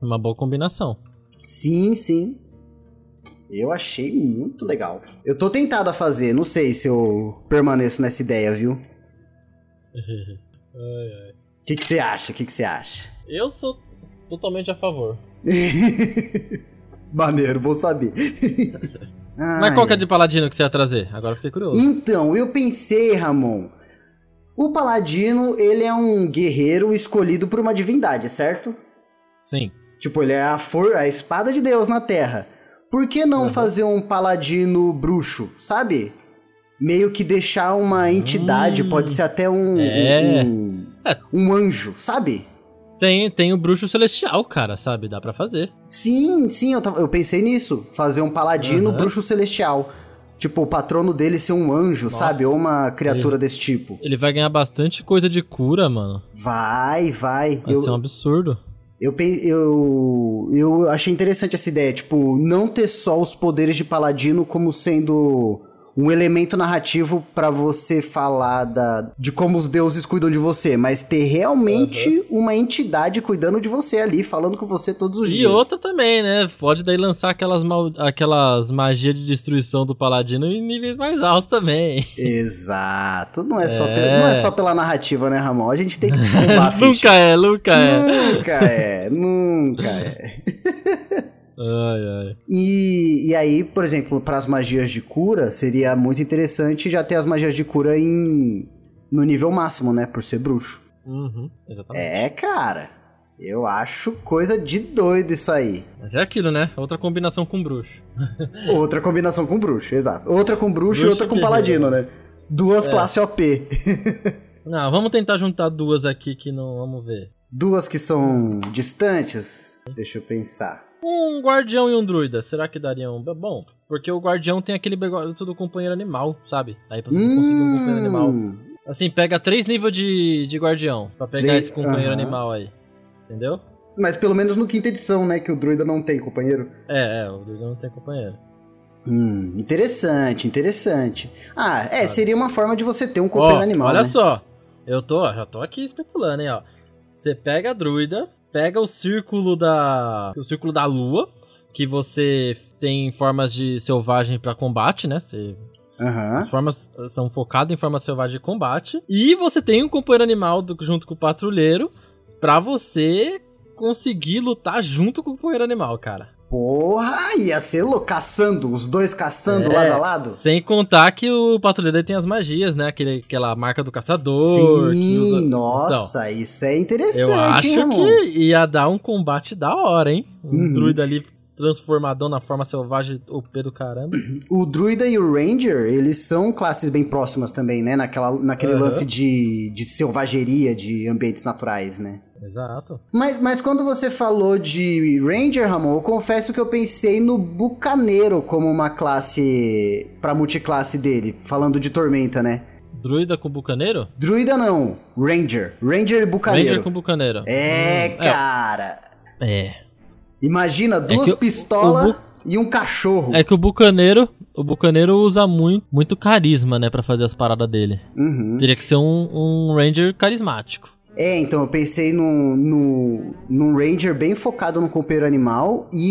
S2: Uma boa combinação.
S1: Sim, sim. Eu achei muito legal. Eu tô tentado a fazer, não sei se eu permaneço nessa ideia, viu? O que que você acha? O que que você acha?
S2: Eu sou totalmente a favor.
S1: Maneiro, vou saber.
S2: Mas qual que é
S1: Ai.
S2: de paladino que você ia trazer? Agora eu fiquei curioso.
S1: Então, eu pensei, Ramon. O paladino, ele é um guerreiro escolhido por uma divindade, certo?
S2: Sim.
S1: Tipo, ele é a, for a espada de Deus na Terra. Por que não
S2: Uhum.
S1: fazer um paladino bruxo, sabe? Meio que deixar uma entidade,
S2: Hum.
S1: pode ser até um,
S2: É.
S1: um,
S2: É.
S1: um anjo, sabe?
S2: Tem, tem o bruxo celestial, cara, sabe? Dá pra fazer.
S1: Sim, sim, eu, tava- eu pensei nisso. Fazer um paladino
S2: Uhum.
S1: bruxo celestial. Tipo, o patrono dele ser um anjo,
S2: Nossa.
S1: sabe? Ou uma criatura desse tipo.
S2: Ele vai ganhar bastante coisa de cura, mano.
S1: Vai, vai.
S2: Vai
S1: eu,
S2: ser um absurdo.
S1: Eu, pen- eu, eu achei interessante essa ideia, tipo, não ter só os poderes de paladino como sendo um elemento narrativo pra você falar da, de como os deuses cuidam de você, mas ter realmente uma entidade cuidando de você ali, falando com você todos os
S2: E
S1: dias.
S2: outra também, né? Pode daí lançar aquelas, mal... aquelas magias de destruição do paladino em níveis mais altos também.
S1: Exato. Não é, Só
S2: É.
S1: pela, não é só pela narrativa, né, Ramon? A gente tem que combar a ficha.
S2: nunca é, nunca é.
S1: Nunca é, nunca é.
S2: Ai, ai.
S1: E, e aí, por exemplo, para as magias de cura, seria muito interessante já ter as magias de cura em no nível máximo, né? Por ser bruxo.
S2: Uhum, exatamente.
S1: É, cara. Eu acho coisa de doido isso aí.
S2: Mas é aquilo, né? Outra combinação com bruxo.
S1: Outra combinação com bruxo, exato. Outra com bruxo,
S2: Bruxo
S1: e outra
S2: e
S1: com paladino, né? Duas classe OP.
S2: Não, vamos tentar juntar duas aqui que não. Vamos ver.
S1: Duas que são distantes. Deixa eu pensar.
S2: Um guardião e um druida, será que daria um. Bom, porque o guardião tem aquele negócio do companheiro animal, sabe? Aí pra você conseguir um companheiro animal.
S1: Hum,
S2: Assim, pega três níveis de, de guardião pra pegar
S1: Três,
S2: esse companheiro
S1: aham.
S2: animal aí. Entendeu?
S1: Mas pelo menos no quinta edição, né? Que o druida não tem companheiro.
S2: É, é, o druida não tem companheiro.
S1: Hum, interessante, interessante. Ah, é,
S2: Sabe?
S1: seria uma forma de você ter um companheiro
S2: Ó,
S1: animal.
S2: Olha
S1: né?
S2: só, eu tô, já tô aqui especulando, hein, ó. Você pega a druida, pega o círculo da. O círculo da lua, que você tem formas de selvagem pra combate, né? Você
S1: Aham.
S2: As formas eh, são focadas em forma selvagem de combate. E você tem um companheiro animal do- junto com o patrulheiro pra você conseguir lutar junto com o companheiro animal, cara.
S1: Porra, ia ser louco, caçando, os dois caçando
S2: É.
S1: lado a lado.
S2: Sem contar que o patrulheiro ele tem as magias, né? Aquele, aquela marca do caçador. que
S1: Sim,
S2: usa- Então,
S1: nossa, isso é interessante,
S2: Eu acho
S1: hein, Ramon?
S2: que ia dar um combate da hora, hein? Um
S1: Uhum.
S2: druida ali transformadão na forma selvagem OP do caramba.
S1: O druida e o ranger, eles são classes bem próximas também, né? Naquela, naquele
S2: Aham.
S1: lance de, de selvageria, de ambientes naturais, né?
S2: Exato.
S1: Mas, mas quando você falou de Ranger, Ramon, eu confesso que eu pensei no Bucaneiro como uma classe pra multiclasse dele, falando de Tormenta, né?
S2: Druida com bucaneiro?
S1: Druida não, Ranger. Ranger e Bucaneiro.
S2: Ranger com bucaneiro.
S1: É,
S2: Hum,
S1: cara.
S2: É.
S1: Imagina duas
S2: que o- o
S1: pistolas
S2: bu-
S1: e um cachorro.
S2: É que o Bucaneiro, o Bucaneiro usa muito, muito carisma, né, Pra fazer as paradas dele.
S1: Uhum.
S2: Teria que ser um, um Ranger carismático.
S1: É, então eu pensei num, num, num Ranger bem focado no companheiro animal e,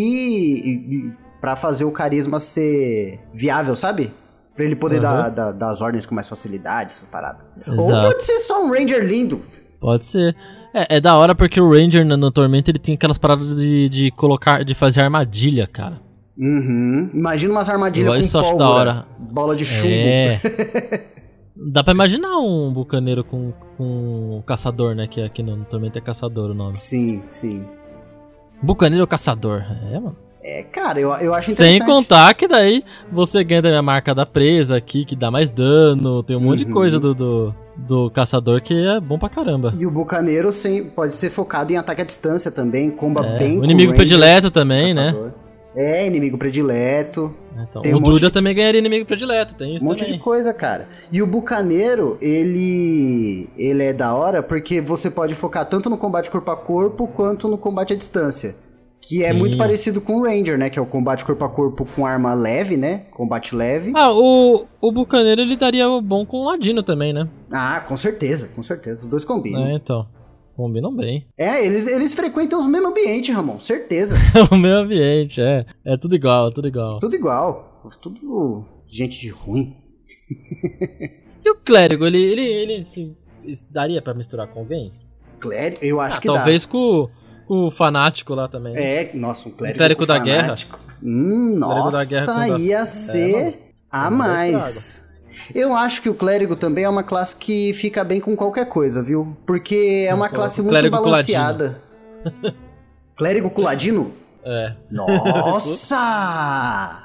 S1: e para fazer o carisma ser viável, sabe? Pra ele poder dar, dar- dar as ordens com mais facilidade, essas paradas. Ou
S2: Exato.
S1: pode ser só um Ranger lindo.
S2: Pode ser. É, é da hora porque o Ranger no, no Tormento ele tem aquelas paradas de, de colocar, de fazer armadilha, cara.
S1: Uhum. Imagina umas armadilhas
S2: Eu
S1: com
S2: só acho da hora.
S1: pólvora, bola de chumbo.
S2: É. Dá pra imaginar um bucaneiro com, com um caçador, né? Que aqui no, no Tormento é caçador o nome.
S1: Sim, sim.
S2: Bucaneiro caçador. É, mano.
S1: É, cara, eu, eu acho interessante.
S2: Sem contar que daí você ganha da minha marca da presa aqui, que dá mais dano, tem um monte de
S1: Uhum.
S2: coisa do, do, do caçador que é bom pra caramba.
S1: E o Bucaneiro sem, pode ser focado em ataque à distância também, comba
S2: É,
S1: Tá bem com
S2: o inimigo
S1: Ranger,
S2: predileto também, né?
S1: caçador. É, inimigo predileto.
S2: Então,
S1: Tem um
S2: o
S1: monte
S2: Druida
S1: de-
S2: também ganharia inimigo predileto, tem isso
S1: Um monte
S2: também.
S1: de coisa, cara. E o Bucaneiro, ele. ele é da hora porque você pode focar tanto no combate corpo a corpo quanto no combate à distância. Que é
S2: Sim.
S1: muito parecido com o Ranger, né? Que é o combate corpo a corpo com arma leve, né? Combate leve.
S2: Ah, o, o Bucaneiro ele daria o bom com o Ladino também, né?
S1: Ah, com certeza, com certeza. Os dois combinam.
S2: É, então. Combinam bem.
S1: É, eles, eles frequentam os mesmos ambientes, Ramon. Certeza.
S2: o meio ambiente, é. É tudo igual, é tudo igual.
S1: Tudo igual. Tudo gente de ruim.
S2: E o Clérigo, ele, ele, ele se, se daria pra misturar com alguém?
S1: Clérigo, eu acho
S2: Ah,
S1: que
S2: talvez com, com o Fanático lá também. né?
S1: dá. É, nossa, um clérigo,
S2: Clérigo da guerra. Um
S1: fanático. Hum,
S2: Clérigo da
S1: nossa,
S2: guerra contra-
S1: ia ser
S2: mano.
S1: a
S2: Não deu
S1: mais. Eu acho que o clérigo também é uma classe que fica bem com qualquer coisa, viu? Porque é uma
S2: coloca
S1: classe
S2: o
S1: muito
S2: clérigo
S1: balanceada. clérigo culadino?
S2: é.
S1: Nossa!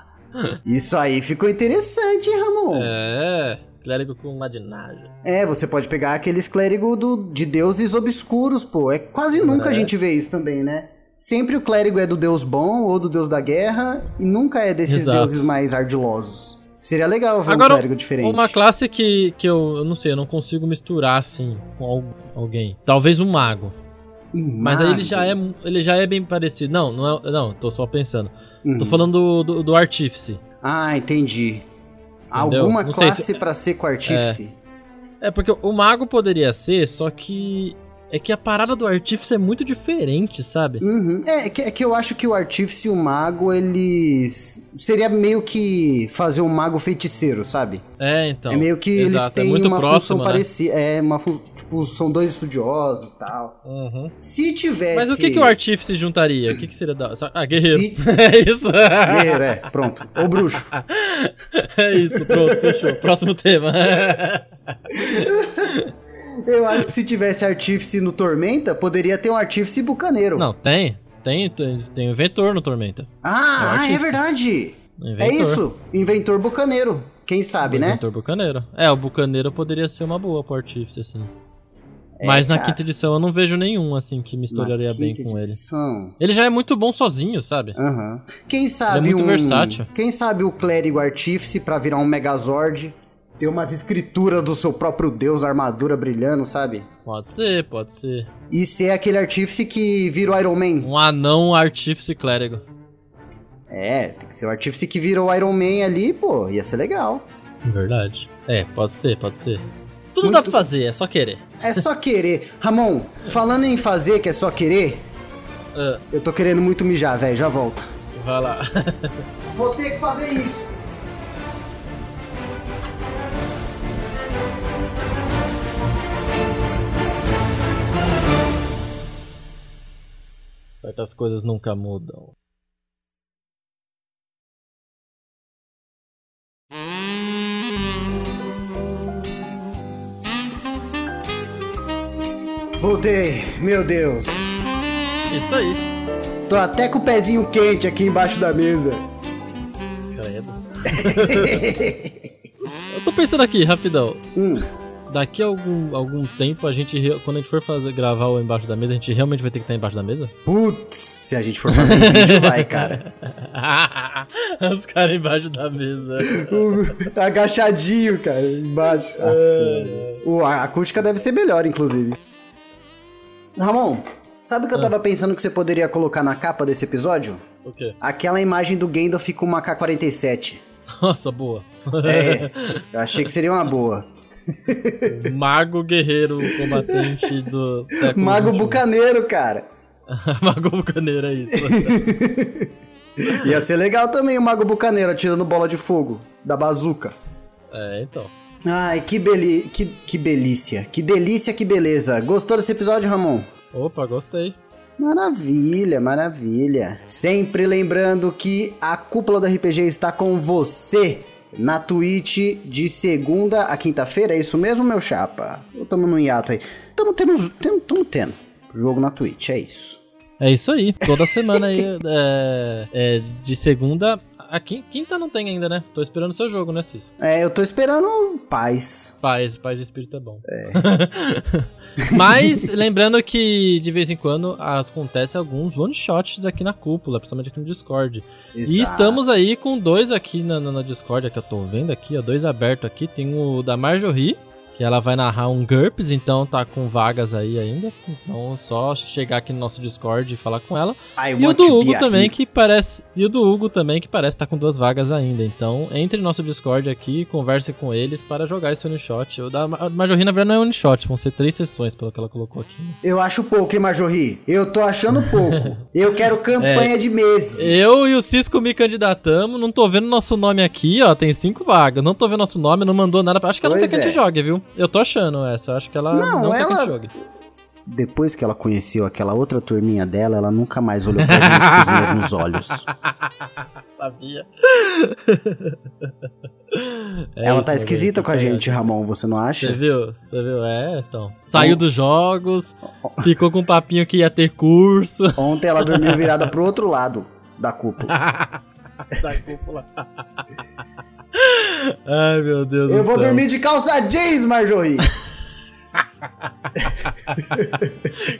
S1: Isso aí ficou interessante, hein, Ramon?
S2: É, clérigo com ladinagem.
S1: É, você pode pegar aqueles clérigos do- de deuses obscuros, pô. É quase nunca a gente vê isso também, né? Sempre o clérigo é do deus bom ou do deus da guerra e nunca é desses
S2: Exato.
S1: deuses mais ardilosos. Seria legal ver
S2: Agora,
S1: um clérigo diferente.
S2: Uma classe que, que eu, eu não sei, eu não consigo misturar assim com al- alguém. Talvez um mago.
S1: Um
S2: Mas aí
S1: mago.
S2: ele já é mu- ele já é bem parecido. Não, não é, não, tô só pensando.
S1: Uhum.
S2: Tô falando do, do, do artífice.
S1: Ah, entendi.
S2: Entendeu?
S1: Alguma
S2: Não sei
S1: classe pra ser com artífice?
S2: É porque o mago poderia ser, só que é que a parada do artífice é muito diferente, sabe?
S1: Uhum. É, que, é que eu acho que o artífice e o mago, eles. Seria meio que fazer um mago feiticeiro, sabe?
S2: É, então.
S1: é meio que eles
S2: exato,
S1: têm
S2: é muito
S1: uma função
S2: próximo, né?
S1: parecida. É, uma fu- tipo, são dois estudiosos e tal.
S2: Uhum.
S1: Se tivesse.
S2: Mas o que, que o artífice juntaria? O que, que seria da. Ah, guerreiro.
S1: Se-
S2: é isso.
S1: Guerreiro, é, pronto. O bruxo.
S2: é isso, pronto, fechou. Próximo tema.
S1: Eu acho que se tivesse artífice no Tormenta, poderia ter um artífice bucaneiro.
S2: Não, tem. Tem, tem, tem o inventor no Tormenta.
S1: Ah,
S2: Eu
S1: ah,
S2: acho
S1: é
S2: isso.
S1: verdade.
S2: O um Inventor.
S1: É isso. Inventor bucaneiro. Quem sabe,
S2: O
S1: né?
S2: Inventor bucaneiro. É, o bucaneiro poderia ser uma boa pro artífice, assim. Mas na
S1: É, cara.
S2: quinta edição eu não vejo nenhum, assim, que misturaria
S1: Na
S2: bem
S1: quinta
S2: com ele.
S1: Ah, edição.
S2: Ele já é muito bom sozinho, sabe?
S1: Aham. Quem sabe
S2: Ele é muito
S1: um...
S2: versátil.
S1: Quem sabe o clérigo artífice pra virar um megazord, ter umas escrituras do seu próprio deus, armadura brilhando, sabe?
S2: Pode ser, pode ser.
S1: E ser aquele artífice que vira o Iron Man.
S2: Um anão artífice clérigo.
S1: É, tem que ser o artífice que vira o Iron Man ali, pô, ia ser legal.
S2: Verdade. É, pode ser, pode ser. Tudo
S1: Muito-
S2: dá pra fazer, é só querer.
S1: É só querer. Ramon, falando em fazer que é só querer,
S2: Ah,
S1: eu tô querendo muito mijar, velho, já volto.
S2: vai lá.
S1: Vou ter que fazer isso.
S2: Certas coisas nunca mudam.
S1: Voltei, meu Deus.
S2: Isso aí.
S1: Tô até com o pezinho quente aqui embaixo da mesa.
S2: Credo. Eu tô pensando aqui, rapidão.
S1: Hum.
S2: Daqui a algum, algum tempo, a gente. re- Quando a gente for fazer, gravar o embaixo da mesa, a gente realmente vai ter que estar embaixo da mesa?
S1: Putz, se a gente for fazer um vídeo, vai, cara.
S2: Os caras embaixo da mesa.
S1: O- agachadinho, cara, embaixo. Ah,
S2: É.
S1: filho. O, a acústica deve ser melhor, inclusive. Ramon, sabe o que eu tava pensando que você poderia colocar na capa desse episódio?
S2: O quê?
S1: Aquela imagem do Gandalf com uma K-47.
S2: Nossa, boa.
S1: É, eu achei que seria uma boa.
S2: Mago guerreiro combatente do. século
S1: Mago
S2: XXI.
S1: Bucaneiro, cara.
S2: Mago Bucaneiro, é isso.
S1: Ia ser legal também o Mago Bucaneiro atirando bola de fogo da bazuca.
S2: é, então.
S1: Ai, que, beli que, que belícia. Que delícia, que beleza. Gostou desse episódio, Ramon?
S2: Opa, gostei.
S1: Maravilha, maravilha. Sempre lembrando que a cúpula do RPG está com você na Twitch de segunda a quinta-feira. É isso mesmo, meu chapa? Eu tamo num hiato aí. Tamo tendo, os- tamo, tamo tendo jogo na Twitch, é isso.
S2: É isso aí. Toda semana aí. É, é de segunda. A quin- quinta não tem ainda, né? Tô esperando o seu jogo, né, Cício?
S1: É, eu tô esperando paz.
S2: Paz, paz de espírito é bom. Mas, lembrando que de vez em quando acontece alguns one-shots aqui na cúpula, principalmente aqui no Discord. E
S1: Exato.
S2: estamos aí com dois aqui na, na, na Discord, que eu tô vendo aqui, ó, dois abertos aqui. Tem o da Marjorie, que ela vai narrar um GURPS, então tá com vagas aí ainda. Então, só chegar aqui no nosso Discord e falar com ela.
S1: I
S2: E o
S1: want
S2: do
S1: to be
S2: Hugo
S1: a
S2: também,
S1: hero.
S2: que parece. E o do Hugo também, que parece estar com duas vagas ainda. Então, entre no nosso Discord aqui, converse com eles para jogar esse one shot. O da Ma- a Marjorie, na verdade, não é one shot, vão ser três sessões, pelo que ela colocou aqui. né?
S1: Eu acho pouco, hein, Majorri? Eu tô achando pouco. eu quero campanha de meses.
S2: É. Eu e o Cisco me candidatamos, não tô vendo nosso nome aqui, ó. Tem cinco vagas. Não tô vendo nosso nome, não mandou nada. pra- Acho que ela não
S1: Pois
S2: quer que a gente
S1: é.
S2: jogue, viu? Eu tô achando essa. eu Acho que ela
S1: Não,
S2: não, quer que a
S1: ela-
S2: gente jogue.
S1: Depois que ela conheceu aquela outra turminha dela, ela nunca mais olhou pra gente com os mesmos olhos.
S2: Sabia.
S1: ela
S2: É isso, é
S1: tá
S2: Marjorie,
S1: esquisita com a
S2: fica aí.
S1: gente, Ramon, você não
S2: Você
S1: acha?
S2: viu? Você viu? É, então. Saiu dos jogos, ficou com um papinho que ia ter curso.
S1: Ontem ela dormiu virada pro outro lado da cúpula.
S2: Ah, da cúpula. Ai, meu Deus do
S1: Eu vou
S2: céu.
S1: dormir de calça jeans, Marjorie!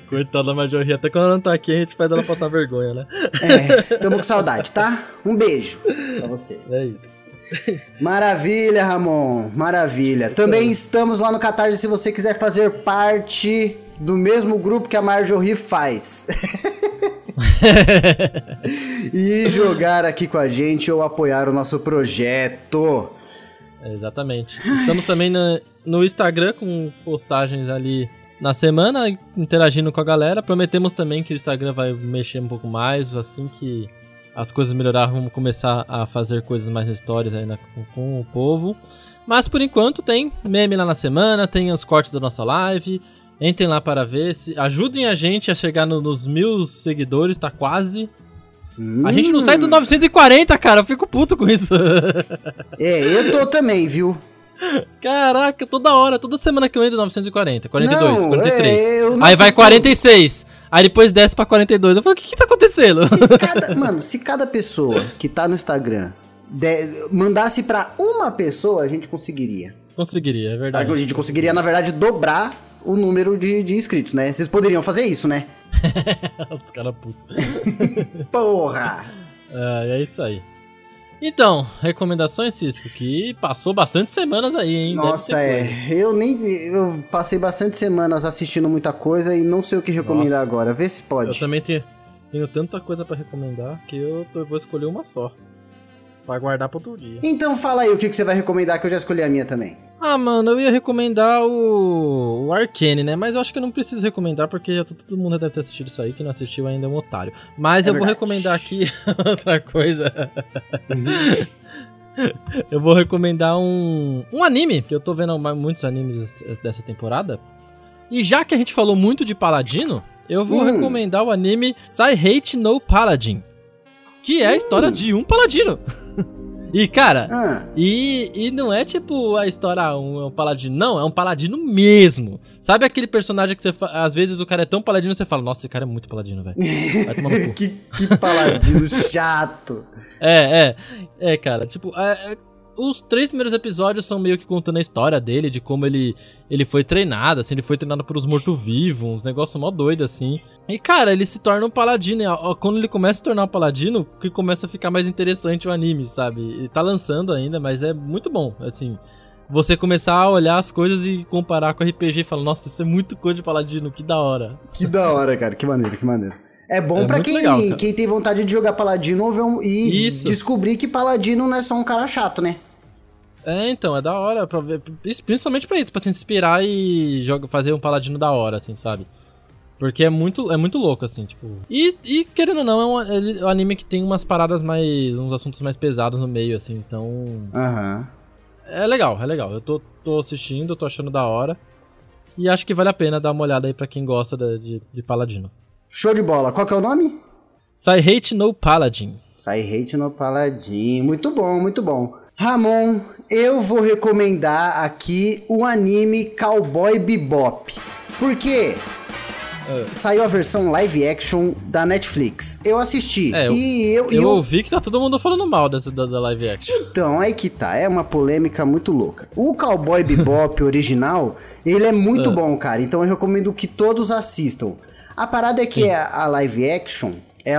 S2: Coitada da Marjorie, até quando ela não tá aqui, a gente faz ela passar vergonha, né?
S1: É, tamo com saudade, tá? Um beijo pra você.
S2: É isso.
S1: Maravilha, Ramon.
S2: É
S1: Maravilha. Também estamos lá no Catarse se você quiser fazer parte do mesmo grupo que a Marjorie faz. e jogar aqui com a gente ou apoiar o nosso projeto.
S2: É, Exatamente. Estamos também na- no Instagram com postagens ali na semana, interagindo com a galera. Prometemos também que o Instagram vai mexer um pouco mais, assim que as coisas melhorar, vamos começar a fazer coisas mais histórias aí na- com, com o povo. Mas por enquanto tem meme lá na semana, tem os cortes da nossa live. Entrem lá para ver. Se, ajudem a gente a chegar no- nos mil seguidores, tá quase. A gente não sai do
S1: Hum.
S2: 940, cara. Eu fico puto com isso.
S1: É, eu tô também, viu?
S2: Caraca, toda hora, toda semana que eu entro 940, 42,
S1: Não,
S2: 43.
S1: é, eu não
S2: aí vai
S1: sei como.
S2: 46. Aí depois desce pra 42. Eu falo, o que que tá acontecendo?
S1: Se cada- mano, se cada pessoa que tá no Instagram de- mandasse pra uma pessoa, a gente conseguiria.
S2: Conseguiria, é
S1: A
S2: verdade.
S1: gente conseguiria, na verdade, dobrar o número de, de inscritos, né? Vocês poderiam fazer isso, né?
S2: Os caras putos.
S1: Porra!
S2: É, é isso aí. Então, recomendações, Cisco, que passou bastante semanas aí, hein? Deve
S1: Nossa,
S2: ter
S1: é.
S2: coisa.
S1: Eu nem. Eu passei bastante semanas assistindo muita coisa e não sei o que recomendar
S2: Nossa.
S1: agora. Vê se pode.
S2: Eu também tenho, tenho tanta coisa pra recomendar que eu tô- vou escolher uma só. Pra guardar pra outro dia.
S1: Então fala aí o que, que você vai recomendar, que eu já escolhi a minha também.
S2: Ah, mano, eu ia recomendar o, o Arcane, né? Mas eu acho que eu não preciso recomendar, porque já tá- todo mundo já deve ter assistido isso aí. Quem não assistiu ainda é um otário. Mas
S1: É
S2: eu
S1: verdade.
S2: vou recomendar aqui outra coisa.
S1: Uhum.
S2: eu vou recomendar um, um anime, que eu tô vendo ma- muitos animes dessa temporada. E já que a gente falou muito de Paladino, eu vou
S1: Hum.
S2: recomendar o anime Sai Hate No Paladin. Que é a
S1: Hum.
S2: história de um paladino. e, cara,
S1: Ah,
S2: e, e não é tipo a história, ah, um, é um paladino. Não, é um paladino mesmo. Sabe aquele personagem que você. fa- Às vezes o cara é tão paladino você fala, nossa, esse cara é muito paladino, velho. Vai tomar no cu.
S1: que, que paladino chato.
S2: É, é. É, cara, tipo, é- é- os três primeiros episódios são meio que contando a história dele, de como ele, ele foi treinado, assim, ele foi treinado por uns mortos-vivos, uns negócios mó doido, assim. E, cara, ele se torna um paladino. E, ó, quando ele começa a se tornar um paladino, que começa a ficar mais interessante o anime, sabe? E tá lançando ainda, mas é muito bom, assim. Você começar a olhar as coisas e comparar com RPG e falar, nossa, isso é muito coisa de paladino, que da hora.
S1: Que da hora, cara. Que maneiro, que maneiro. É bom
S2: É
S1: pra
S2: muito
S1: quem,
S2: legal, cara.
S1: quem tem vontade de jogar paladino ou ver um- e
S2: Isso.
S1: descobrir que paladino não é só um cara chato, né?
S2: É, então, é da hora pra ver. isso, Principalmente pra isso, pra se inspirar e joga, fazer um paladino da hora, assim, sabe? Porque é muito, é muito louco, assim, tipo. E, e, querendo ou não, é um, ele- é um anime que tem umas paradas mais. uns assuntos mais pesados no meio, assim, então.
S1: Aham.
S2: É legal, é legal. Eu tô, tô assistindo, tô achando da hora. E acho que vale a pena dar uma olhada aí pra quem gosta da- de, de paladino.
S1: Show de bola. Qual que é o nome?
S2: Sai Hate No Paladin.
S1: Sai hate no paladino. Muito bom, muito bom. Ramon, eu vou recomendar aqui o anime Cowboy Bebop. Por quê?
S2: Ah.
S1: Saiu a versão live action da Netflix. Eu assisti.
S2: É, eu-
S1: e eu, e
S2: Eu
S1: eu
S2: ouvi que tá todo mundo falando mal dessa da, da live action.
S1: Então, aí que tá, é uma polêmica muito louca. O Cowboy Bebop original, ele é muito bom, cara, então eu recomendo que todos assistam. A parada é que a, a live action,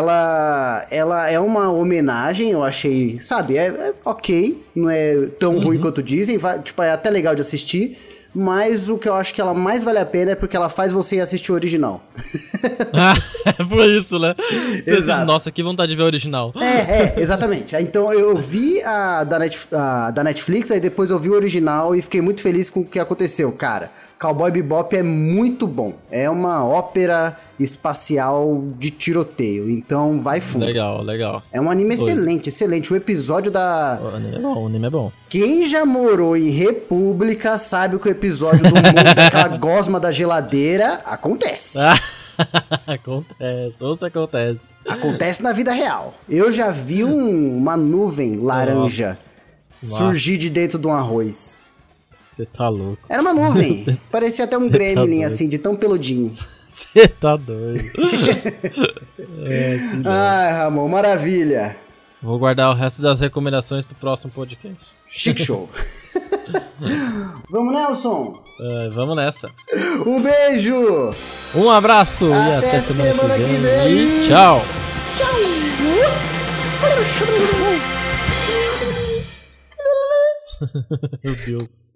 S1: ela, ela é uma homenagem, eu achei, sabe, é, é ok, não é tão ruim quanto dizem, vai- tipo, é até legal de assistir, mas o que eu acho que ela mais vale a pena é porque ela faz você assistir o original.
S2: Ah, é por isso, né? Você
S1: Exato.
S2: assiste, Nossa, que vontade de ver o original.
S1: É, é, exatamente. Aí, Então eu vi a da, Net- a da Netflix, aí depois eu vi o original e fiquei muito feliz com o que aconteceu, cara. Cowboy Bebop é muito bom. É uma ópera espacial de tiroteio, então vai fundo.
S2: Legal, legal.
S1: É um anime
S2: Doido.
S1: excelente, excelente. O episódio da.
S2: O anime é bom, o anime é bom.
S1: Quem já morou em República sabe que o episódio do mundo daquela gosma da geladeira
S2: Ah,
S1: acontece.
S2: acontece, ou se acontece.
S1: Acontece na vida real. Eu já vi um- uma nuvem laranja
S2: Nossa.
S1: surgir
S2: Nossa.
S1: de dentro de um arroz.
S2: Você tá louco.
S1: Era uma nuvem. Parecia até um gremlin,
S2: tá doido.
S1: assim, de tão peludinho.
S2: Você tá doido. É, sim.
S1: Ai, Ramon, maravilha.
S2: Vou guardar o resto das recomendações pro próximo podcast.
S1: Chique show. Vamos, Nelson.
S2: É, vamos nessa.
S1: Um beijo.
S2: Um abraço e
S1: Até
S2: até semana,
S1: semana
S2: que
S1: que
S2: vem.
S1: vem.
S2: E tchau.
S1: Tchau.
S2: Meu Deus.